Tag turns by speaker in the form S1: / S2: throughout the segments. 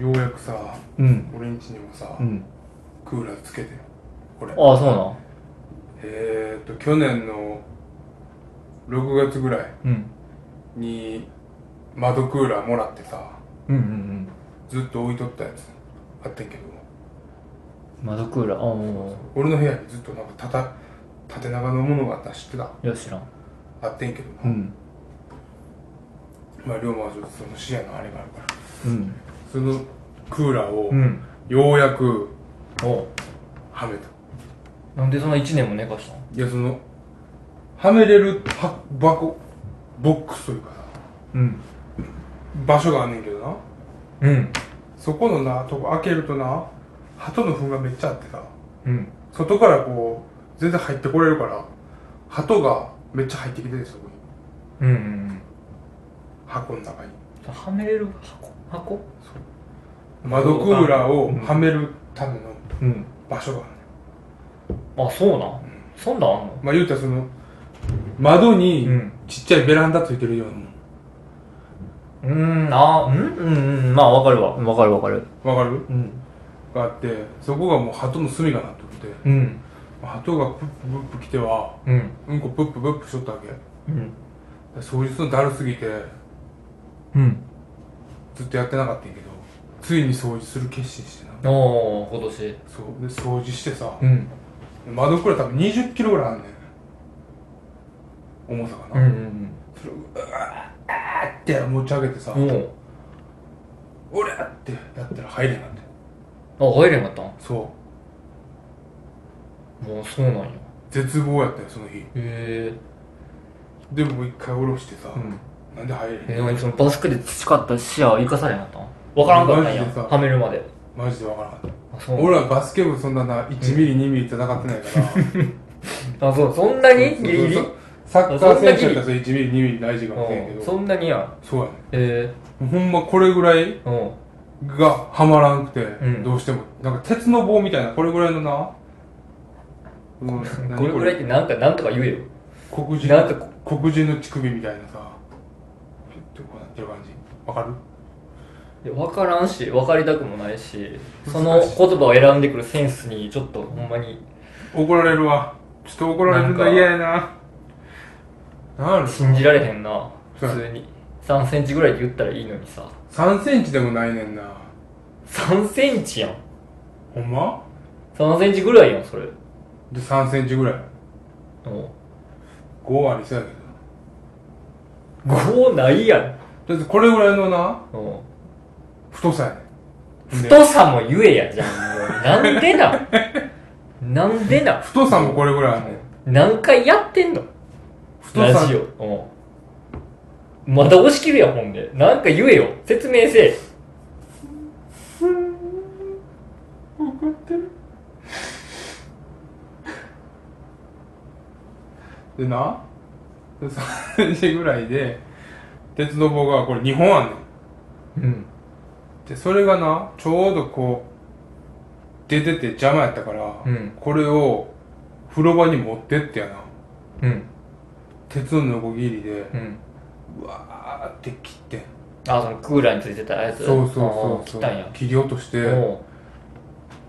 S1: ようやくさ
S2: うん
S1: 俺んちにもさ、
S2: うん
S1: クーラーつけてるこれ
S2: ああそうなん
S1: えー、っと去年の6月ぐらい
S2: うん
S1: に窓クーラーもらってさ
S2: うんうん
S1: ずっと置いとったやつあってんけど
S2: うん窓クーラーああも
S1: 俺の部屋にずっとなんかたた縦長のものがあったの知ってた
S2: ういや知らん
S1: あってんけどな、
S2: うん
S1: まあ龍馬はちょっとその視野のあれがあるから
S2: うん
S1: そのクーラーを
S2: うん
S1: ようやく
S2: お
S1: はめた、
S2: なんでそんな1年も寝かしたん
S1: いやそのはめれるは箱ボックスというかな
S2: うん
S1: 場所があんねんけどな
S2: うん
S1: そこのなとこ開けるとな鳩の糞がめっちゃあってさ
S2: うん
S1: 外からこう全然入ってこれるから鳩がめっちゃ入ってきててそこに
S2: うんうん
S1: 箱の中に
S2: はめれる箱箱
S1: 窓クーラーを
S2: うん
S1: はめるための
S2: うん
S1: 場所があるね
S2: あそうなんそんなんあんの
S1: んまあ言うたらその窓に
S2: うん
S1: ちっちゃいベランダついてるようなもん
S2: うーんあーうんうんうんまあわかるわわかるわかる
S1: わかる
S2: うん
S1: があってそこがもう鳩の住みかなってことで
S2: うん
S1: 鳩がプッププップ来ては
S2: うん
S1: うんこプッププップしとったわけ
S2: うん
S1: 掃除するのだるすぎて
S2: うん
S1: ずっとやってなかったんやけどついに掃除する決心してな
S2: おお今年
S1: そうで掃除してさ
S2: うん
S1: 窓くらい多分2 0キロぐらいあんねん重さか
S2: う
S1: な、
S2: ん
S1: それをうわーって持ち上げてさ
S2: うんうん
S1: 「おりゃ!」ってやったら入れなって
S2: おあ入れんかったん
S1: そう
S2: もうそうなんやへ
S1: 絶望やったよその日
S2: え
S1: でももう一回下ろしてさ、
S2: うん
S1: なんで入れへん
S2: え何そのバスケで培った視野は生かされへんかったんわからんかったんや
S1: マジでさ
S2: はめるまで
S1: マジでわからなかった
S2: あそうなん
S1: 俺はバスケ部そんなな1ミリ2ミリ戦ってないから
S2: あそうそんなに
S1: そう
S2: ギリギリ
S1: そうそうサッカー選手やったらそれ1ミリ2ミリ大事かもしれんけ
S2: うん
S1: ど
S2: そんなにやん
S1: そうやね
S2: え
S1: もうほんまこれぐらい
S2: えうん
S1: がはまらんくて、
S2: ん
S1: どうしてもなんか鉄の棒みたいなこれぐらいのな、うん、何
S2: これぐらいってなんかなんとか言えよ
S1: 黒人
S2: なんて
S1: の黒人の乳首みたいなさピュッてこうなってる感じわかる
S2: いや分からんし分かりたくもないしその
S1: 難しい
S2: 言葉を選んでくるセンスにちょっとほんまに
S1: 怒られるわちょっと怒られるの
S2: なんか
S1: 嫌やななんやろ
S2: 信じられへんな
S1: そ
S2: 普
S1: う
S2: 通に3センチぐらいで言ったらいいのにさ
S1: 3センチでもないねんな
S2: 3センチやん
S1: ほんま
S2: 3センチぐらいやんそれ
S1: で3センチぐらい
S2: うん
S1: 5ありそうや
S2: 5ないやん
S1: けどだってこれぐらいのな
S2: うん
S1: 太さやねんで
S2: 太さも言えやじゃんもうなんでなんなんでなん
S1: 太さもこれぐらいあんねん
S2: 何回やってんの
S1: 太
S2: ラ
S1: さ
S2: ジオうんまだ押し切るやんほんでなんか言えよ説明せえ
S1: 怒ってるでな3センチぐらいで鉄の棒がこれ2本あんねん
S2: うん
S1: でそれがなちょうどこう出てて邪魔やったから、
S2: うん
S1: これを風呂場に持ってってやな
S2: うん
S1: 鉄のノコギリで
S2: うん
S1: うわーって切ってん
S2: あそのクーラーについてたやつ
S1: そうそうそうそ
S2: あー切
S1: う
S2: ったんや
S1: 切り落として
S2: おう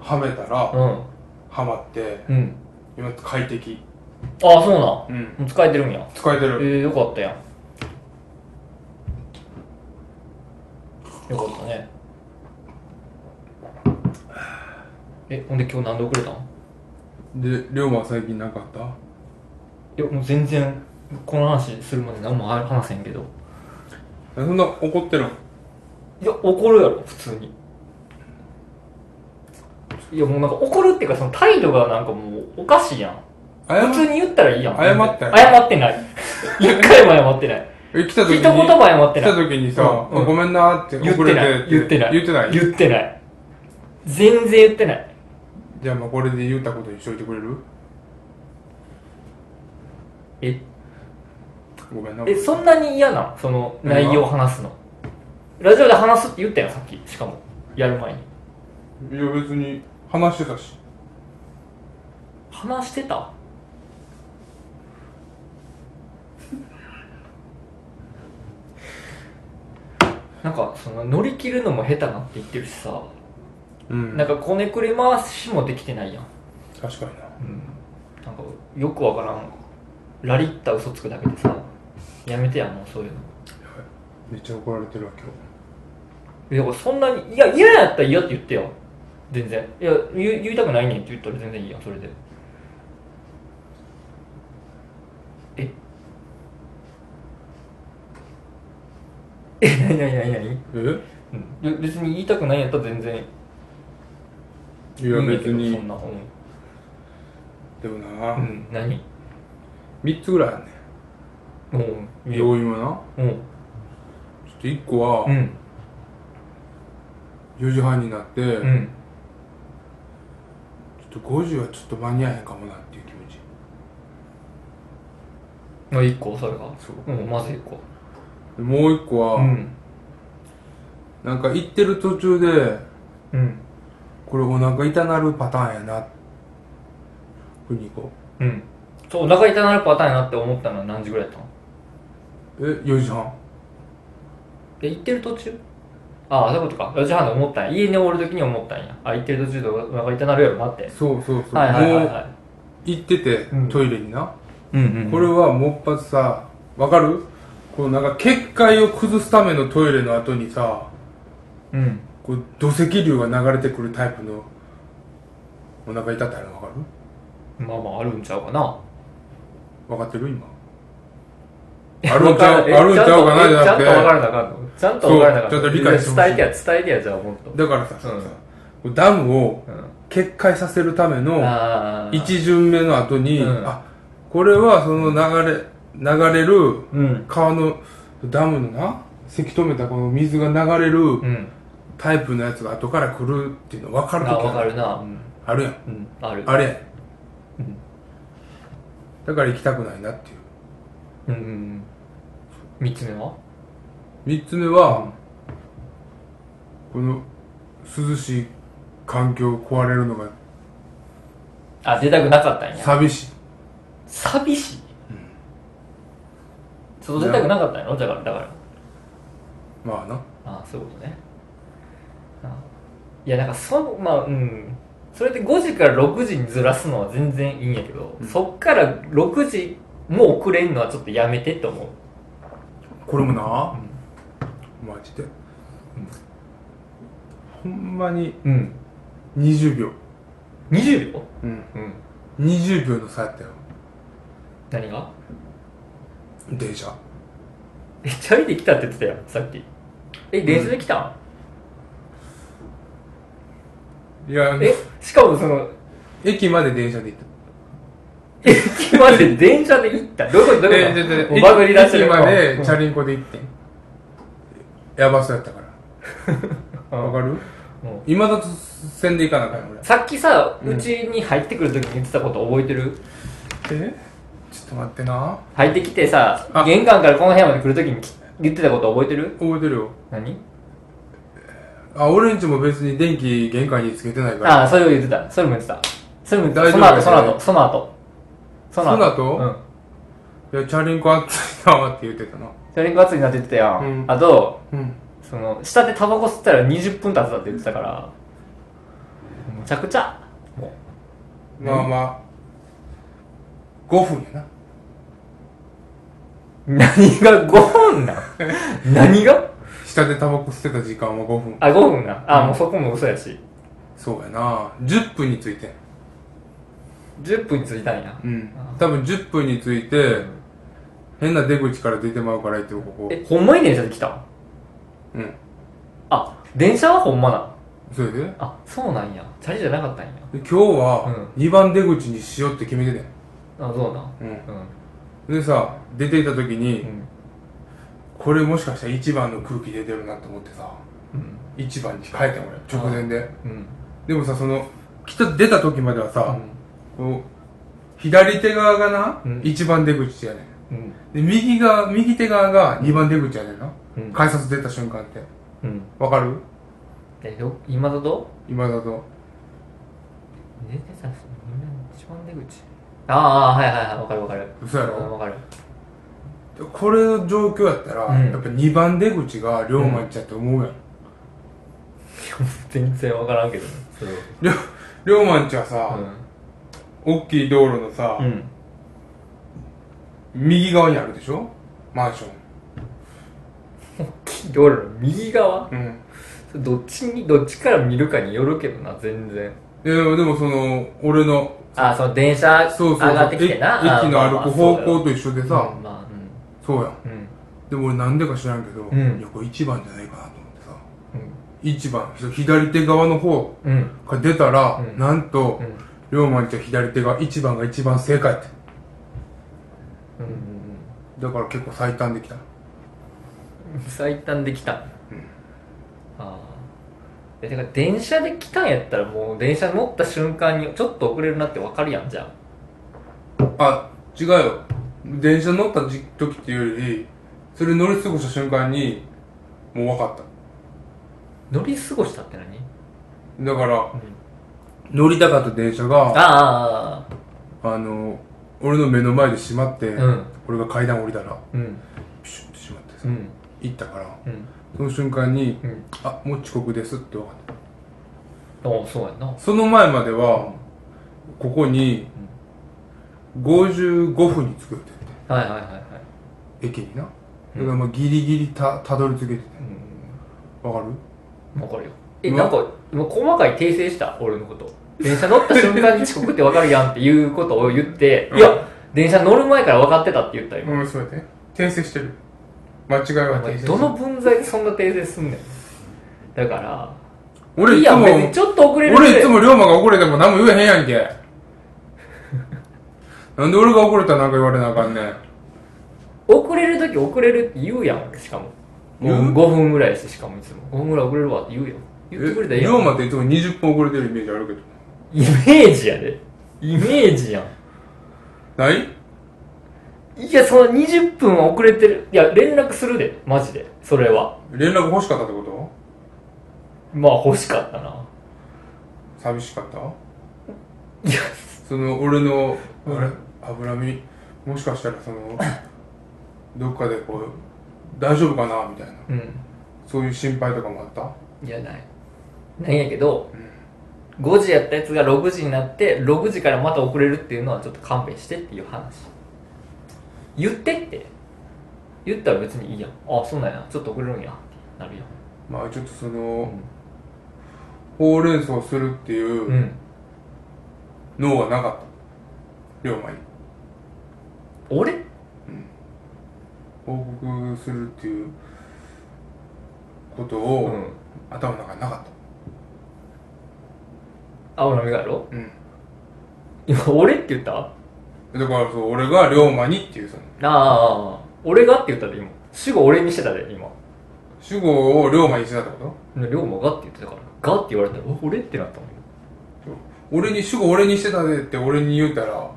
S1: はめたら
S2: うん
S1: はまって
S2: うん
S1: 今快適
S2: ああそうなん
S1: うん
S2: もう使えてるんや
S1: 使えて
S2: ええ
S1: る
S2: よかったやんよかったねえほんで今日何で遅れたん
S1: で龍馬は最近なかった
S2: いやもう全然この話するまで何も話せんけど
S1: そんな怒ってるの
S2: いや怒るやろ普通にいやもうなんか怒るっていうかその態度がなんかもうおかしいやん
S1: 謝
S2: 普通
S1: っ
S2: に言ったらいいやん
S1: 謝ったよ
S2: 謝ってない 一回も謝って ない
S1: え来た時
S2: 一
S1: に
S2: 言も謝って
S1: 来
S2: ない
S1: た時にさ、
S2: うんうん
S1: ごめんなーって
S2: 言っ
S1: 遅れ
S2: てな
S1: て
S2: い言ってない
S1: 言ってない
S2: 言ってない全然言ってない
S1: じゃあまあこれで言ったことにしといてくれる
S2: え
S1: ごめんな
S2: えそんなに嫌なその内容を話すのラジオで話すって言ったやんさっきしかもやる前に
S1: いや別に話してたし
S2: 話してた なんかその乗り切るのも下手なって言ってるしさ
S1: うん
S2: なんかこねくり回しもできてないやん、
S1: 確かにな
S2: うん、なんかよくわからんラリった嘘つくだけでさやめてやもうそういうの
S1: めっちゃ怒られてるわ今日
S2: いやそんなにいや嫌やったら嫌って言ってよ全然いや言う言いたくないねんって言ったら全然いいやんそれでええなになになになに
S1: え
S2: うんいや別に言いたくないんやったら全然
S1: いや
S2: んだけ
S1: 別
S2: ど
S1: に
S2: そんなうん
S1: でもな、
S2: うん何
S1: 3つぐらいあんね
S2: うん
S1: ん
S2: いいよ
S1: 要因は
S2: うん
S1: なちょっと1個は、
S2: うん
S1: 4時半になって、
S2: う
S1: ち
S2: ん
S1: ょっと5時はちょっと間に合えへんかもなっていう気持ち
S2: あ一個それが、
S1: そう
S2: ん、まず一個
S1: でもう1個は、
S2: うん
S1: なんか行ってる途中で
S2: うん
S1: これお腹痛なるパターンやなふうにこ
S2: うんそうお腹痛なるパターンやなって思ったのは何時ぐらいやったの
S1: うえ4時半
S2: え行ってる途中ああそういうことか4時半で思ったんや家におる時に思ったんやあ行ってる途中でお腹痛なるやろなって
S1: そうそうそう、
S2: はいはいはい
S1: もう
S2: は
S1: 行ってて
S2: うん
S1: トイレにな、
S2: いうんうん
S1: これはもっぱつさわかるこうなんか結界を崩すためのトイレの後にさ
S2: うん
S1: こう土石流が流れてくるタイプのお腹痛ったのわかる
S2: まあまああるんちゃうかな
S1: 分かってる今あるんちゃ うあるんちゃうかなじゃなくて
S2: ちゃんと分からなあかんのちゃんと分からなあかんの
S1: そうちゃんと理解してほしい
S2: 伝えてや伝えてやじゃあもっと
S1: だからさ、
S2: うん
S1: さダムを
S2: う
S1: 決壊させるため
S2: ん
S1: の
S2: ああ
S1: 一巡目の後に、
S2: うん
S1: あこれはその流れ流れる
S2: うん
S1: 川のダムのなせき止めたこの水が流れる
S2: うん
S1: タイプのやつが後から来るっていうの分か
S2: あ
S1: る時
S2: 分
S1: あ
S2: か
S1: る
S2: るなうん
S1: あるやん
S2: うんある
S1: あれやん
S2: うん
S1: だから行きたくないなっていう
S2: うんうん3つ目は
S1: 3つ目は、この涼しい環境壊れるのが
S2: あ出たくなかったんや
S1: 寂しい
S2: 寂しい外出たくなかったんやろだからだから
S1: まあな
S2: ああそういうことねああいやなんかそのまあうんそれで5時から6時にずらすのは全然いいんやけど、
S1: うん
S2: そっから6時も遅れんのはちょっとやめてって思う
S1: これもな、マジで、ほんまに
S2: うん
S1: 20秒、
S2: 20秒
S1: うん、
S2: うん
S1: 20秒の差やったよ
S2: 何が
S1: 電車
S2: えチャリで来たって言ってたよさっきえ電車で来たん、
S1: いや
S2: えしかもその
S1: 駅まで電車で行っ
S2: 駅まで電車で行ったどういうことど
S1: た
S2: う
S1: え
S2: いうこと
S1: え
S2: もうバグり出して
S1: 駅
S2: る
S1: までチャ
S2: リ
S1: リンコで行ってんやばそうやったから わかる今だと線で行かなあかんよ
S2: さっきさ
S1: うん
S2: うちに入ってくるときに言ってたこと覚えてる
S1: 俺えちょっと待ってな
S2: 入ってきてさ
S1: あ
S2: 玄関からこの部屋まで来るときにき言ってたこと覚えてる
S1: 覚えてるよ
S2: 何
S1: あ俺んちも別に電気玄関につけてないから
S2: ああそれを言ってたそれも言ってたそれも言ってた
S1: 大
S2: そ
S1: 丈
S2: の
S1: 夫
S2: 後その後その後そ
S1: そのいやチャリンコ暑いなって言ってたな
S2: うんチャリンコ熱いなって言ってたやん、
S1: うん
S2: あと
S1: うん
S2: その下でタバコ吸ったら20分経ってたって言ってたからむちゃくちゃも
S1: まあまあ5分やな
S2: う何が5分なん 何が
S1: 下でタバコ吸ってた時間は5分
S2: あ5分なあ、もうそこも嘘やし
S1: そうやな10分についてん
S2: 10分に着いたんや
S1: うん
S2: あ
S1: 多分10分について変な出口から出てまうから言ってここ
S2: えほんまに電車で来たん
S1: うん
S2: あ電車はほんまなん
S1: それでで
S2: あそうなんやチャリじゃなかったんや
S1: 今日は2番出口にしようって決めて
S2: あそうなん
S1: たん
S2: うん
S1: うんでさ出ていった時に、
S2: うん
S1: これもしかしたら1番の空気出てるなと思ってさ
S2: うん
S1: 1番に変えたん俺直前で
S2: うん
S1: でもさその来た出た時までは
S2: う
S1: さ、
S2: ん
S1: こう左手側がな、
S2: うん
S1: 一1番出口やねん
S2: うん
S1: で右が右手側が2番出口やねんな、
S2: うん
S1: 改札出た瞬間って
S2: うん
S1: わかる
S2: えど今だと
S1: 今だと
S2: 出てたし一番出口ああはいはいはいわかるわかる
S1: 嘘や
S2: うん
S1: ろ
S2: わかる
S1: これの状況やったら、
S2: うん
S1: やっぱ2番出口が龍馬行っちゃって思うやん、
S2: 全然わからんけどねそれは
S1: 龍龍馬んちはさ、大きい道路のさ、
S2: うん、うん、
S1: 右側にあるでしょマンション
S2: 木道路の右側
S1: うん
S2: それどっちにどっちから見るかによるけどな全然
S1: いやでもでもその俺の
S2: あその電車
S1: そうそう
S2: 上がってきてな
S1: 駅駅の歩く方向と一緒でさ、
S2: さまあ
S1: そうやん
S2: うんうん
S1: でも俺なんでか知らんけど、
S2: うん
S1: いやこれ1番じゃないかなと思ってさ1番その左手側の方
S2: うんうん
S1: から出たら、
S2: うん
S1: なんと、
S2: うん
S1: 龍馬んちは左手が1番が一番正解って
S2: うん
S1: だから結構最短できた
S2: うん最短で来た、ああえてか電車で来たんやったらもう電車乗った瞬間にちょっと遅れるなってわかるやんじゃあ
S1: あ違うよ電車乗った時時っていうよりそれ乗り過ごした瞬間にもう分かった
S2: 乗り過ごしたって何、
S1: だから
S2: うん、
S1: 乗りたかった電車
S2: あ
S1: があ
S2: あああ
S1: の俺の目の前で閉まって、
S2: うん
S1: 俺が階段降りたら
S2: うん
S1: ピシュッて閉まってさ、
S2: うん
S1: 行ったから
S2: うん
S1: その瞬間に
S2: うん
S1: 「あもう遅刻です」って分かった
S2: ああそうやんな
S1: その前まではここに55分に着く予定だっ
S2: はいはいはいはい
S1: て駅になだ
S2: う
S1: か
S2: ん
S1: らまあギリギリたたどり着けてて分かる
S2: うんわかるよえ、
S1: うん
S2: なんか今細かい訂正した俺のこと電車乗った瞬間に遅刻ってわかるやんっていうことを言って、
S1: うん
S2: いや電車乗る前から分かってたって言った今、
S1: ごめん、そうやって。訂正してる。間違いは
S2: お前
S1: 訂正して
S2: ど
S1: る。
S2: の分際でそんな訂正すんねんだから
S1: 俺
S2: い
S1: い
S2: い
S1: つ
S2: やん
S1: も、
S2: 別にちょっと遅れる
S1: 俺いつも龍馬が怒れても何も言えへんやんけ。 なんで俺が怒れたらなんか言われなあかんねん。
S2: 遅れる時遅れるって言うやん俺しかも
S1: 言う
S2: 5分ぐらいしてしかもいつも5分ぐらい遅れるわって言うやん言ってくれたらええ
S1: 龍
S2: やん
S1: 馬っていつも20分遅れてるイメージあるけど。
S2: イメージやでイメージやん
S1: ない
S2: いやその20分は遅れてるいや連絡するでマジでそれは
S1: 連絡欲しかったってこと
S2: まあ欲しかったな
S1: 寂しかった
S2: いや
S1: その俺の、あ
S2: うん
S1: れ、脂身、もしかしたらその、 どっかでこう、大丈夫かなみたいな。
S2: うん
S1: そういう心配とかもあった
S2: いやないないんやけど、5時やったやつが6時になって6時からまた遅れるっていうのはちょっと勘弁してっていう話言ってって言ったら別にいいやんあそうなんやちょっと遅れるんやってなるやん
S1: まあちょっとその、
S2: ん
S1: ほうれん草するっていう、
S2: うん
S1: 脳はなかった龍馬に
S2: 俺
S1: 報告するっていうことを、頭の中になかっ
S2: 青の目がやろ
S1: た、うん、
S2: 今俺って言ったあ
S1: だからそう俺が龍馬にっていうその
S2: あ俺がって言ったで今主語俺にしてたで今
S1: 主語を龍馬にしてたってこと
S2: 龍馬がって言ってたからがって言われたらお俺ってなったもん
S1: 俺に主語俺にしてたでって俺に言うたら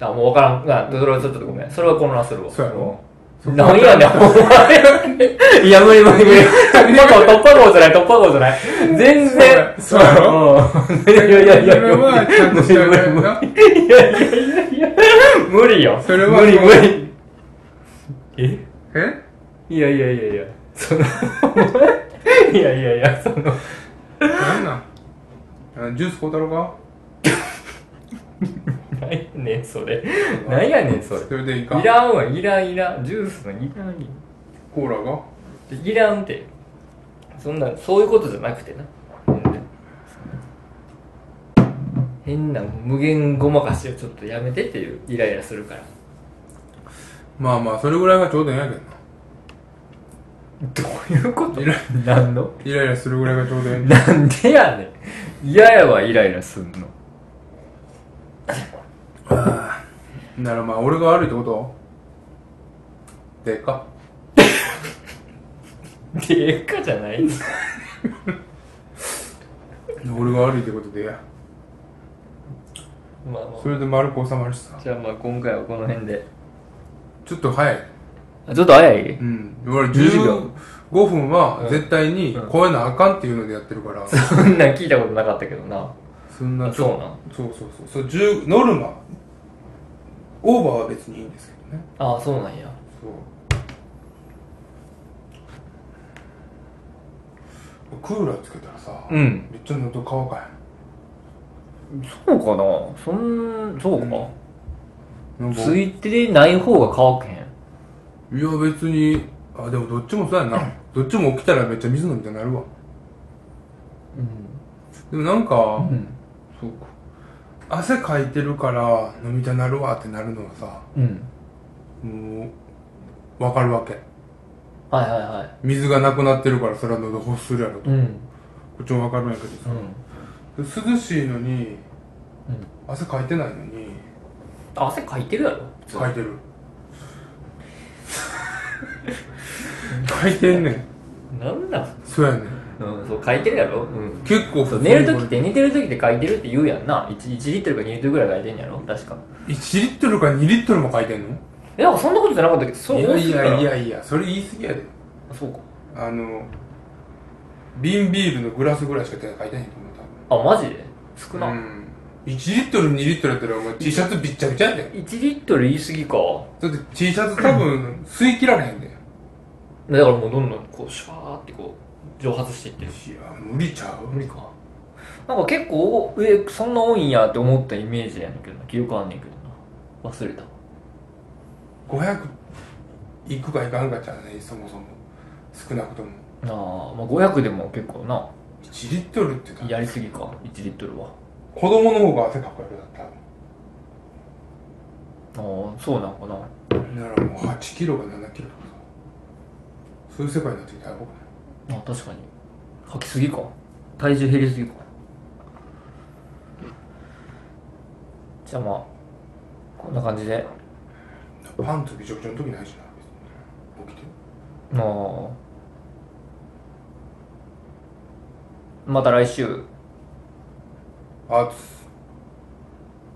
S2: あ、もう分からん。あ、それはちょっとごめん。それは混乱するわ。
S1: そうやろ
S2: うん。何やねん、お前。 いや、無理無理無理。突破口、突破口じゃない、突破口じゃない。全然。
S1: そうや
S2: ろいやいやいやいや。
S1: それはちゃんとしてあげないとな
S2: 無理無理無理いやいやいやいや。無理よ。
S1: それは
S2: 無理無理。え
S1: え
S2: いやいやいやいや。その、いやいやいや、その、
S1: なんなんあジュース買うたろか
S2: 何やねん、それ。何やねん、それ。
S1: それでいいか
S2: いらんわ、いらんいらん。ジュースのいらんよ。
S1: コーラが
S2: いらんってそんなそういうことじゃなくてな変な無限ごまかしをちょっとやめてっていうイライラするから
S1: まあまあそれぐらいがちょうどええんやけどな
S2: どういうこと
S1: イラ
S2: 何の
S1: イライラするぐらいがちょうどええんだ
S2: なんでやねん嫌やわイライラすんの
S1: ならまあ俺が悪いってことでか
S2: でっかじゃない
S1: 俺が悪いってことでや
S2: まあ
S1: そ
S2: ま
S1: れで丸く収まるしさ
S2: あじゃあまあ今回はこの辺で
S1: ちょっと早い
S2: あちょっと早い
S1: うん俺
S2: 10時
S1: 15
S2: 間
S1: 分は絶対に超えなあかんっていうのでやってるから、
S2: そんなん聞いたことなかったけどな
S1: そんなち
S2: そう
S1: ょ
S2: なん
S1: そうそうそうそう10ノルマオーバーは別にいいんですけどね
S2: ああそうなんや
S1: そうクーラーつけたらさ、
S2: うん
S1: めっちゃ喉乾かへ
S2: そうかなそんそうか、
S1: んなんか
S2: ついてない方が乾くへん
S1: いや別にあでもどっちもそうや などっちも起きたらめっちゃ水飲みたいになるわでもなんか、
S2: うん、うん
S1: そうか汗かいてるから飲みたなるわってなるのはさ
S2: うん、
S1: もうわかるわけ
S2: はいはいはい
S1: 水がなくなってるからそれは喉欲するやろと、
S2: うん
S1: こっちもわかるんやけど
S2: う
S1: さ、
S2: ん
S1: 涼しいのに
S2: うん
S1: 汗かいてないのに
S2: 汗かいてるやろ普通
S1: かいてるかいてんねん
S2: なんなん
S1: そうやねん
S2: うんそうかいてるやろうん
S1: 結構
S2: そう寝るときって寝てるときってかいてるって言うやんな 1, 1リットルか2リットルぐらいかいてんやろ確か
S1: 1リットルか2リットルもかいてんの
S2: えなんかそんなことじゃなかったけどそう
S1: い
S2: 多
S1: や
S2: す
S1: い
S2: ぎた
S1: や
S2: ら
S1: いやいやそれ言い過ぎやで
S2: あそうか
S1: あの瓶ビールのグラスぐらいしか手が書いてへんと思う
S2: あマジで
S1: 多
S2: 少な、
S1: 分、うん、1リットル2リットルやったらお前 T シャツびっちゃびちゃやで
S2: 1リットル言い過ぎか
S1: だって T シャツ多分吸い切られへんでい
S2: だからもうどんどんこうシュワーってこう蒸発していってる
S1: や無理ちゃう
S2: 無理かなんか結構おえそんな多いんやって思ったイメージやねんけどな記憶あんねんけどな忘れた
S1: 500いくかいかんかじゃないそもそも少なくとも
S2: なあまあ500でも結構な
S1: 1リットルってだ
S2: やりすぎか1リットルは
S1: 子供の方が汗かくやろだったら
S2: ああそうなんかな
S1: ならもう8キロか7キロとかさそういう世界になってきたらやばくない
S2: あ確かに吐きすぎか体重減りすぎかじゃあまあこんな感じで
S1: パンツびちょびちょの時ないしな別に起きて
S2: まあまた来週
S1: あつ